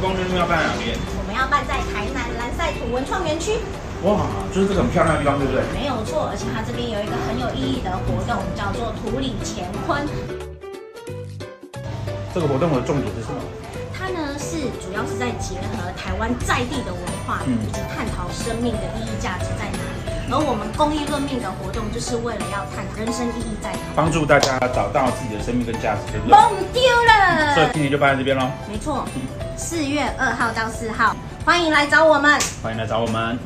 光春路要办在哪边？我们要办在台南蓝赛土文创园区，哇，就是这个很漂亮的地方，对不对？没有错。而且它这边有一个很有意义的活动，叫做土里乾坤。这个活动的重点是什么？它呢是主要是在结合台湾在地的文化，嗯以及探讨生命的意义价值在哪里。而我们公益论命的活动，就是为了要探讨人生意义在哪。帮助大家找到自己的生命跟价值，对不对？蹦丢所以了，今年就办在这边喽，没错，四月二号到四号，欢迎来找我们。欢迎来找我们。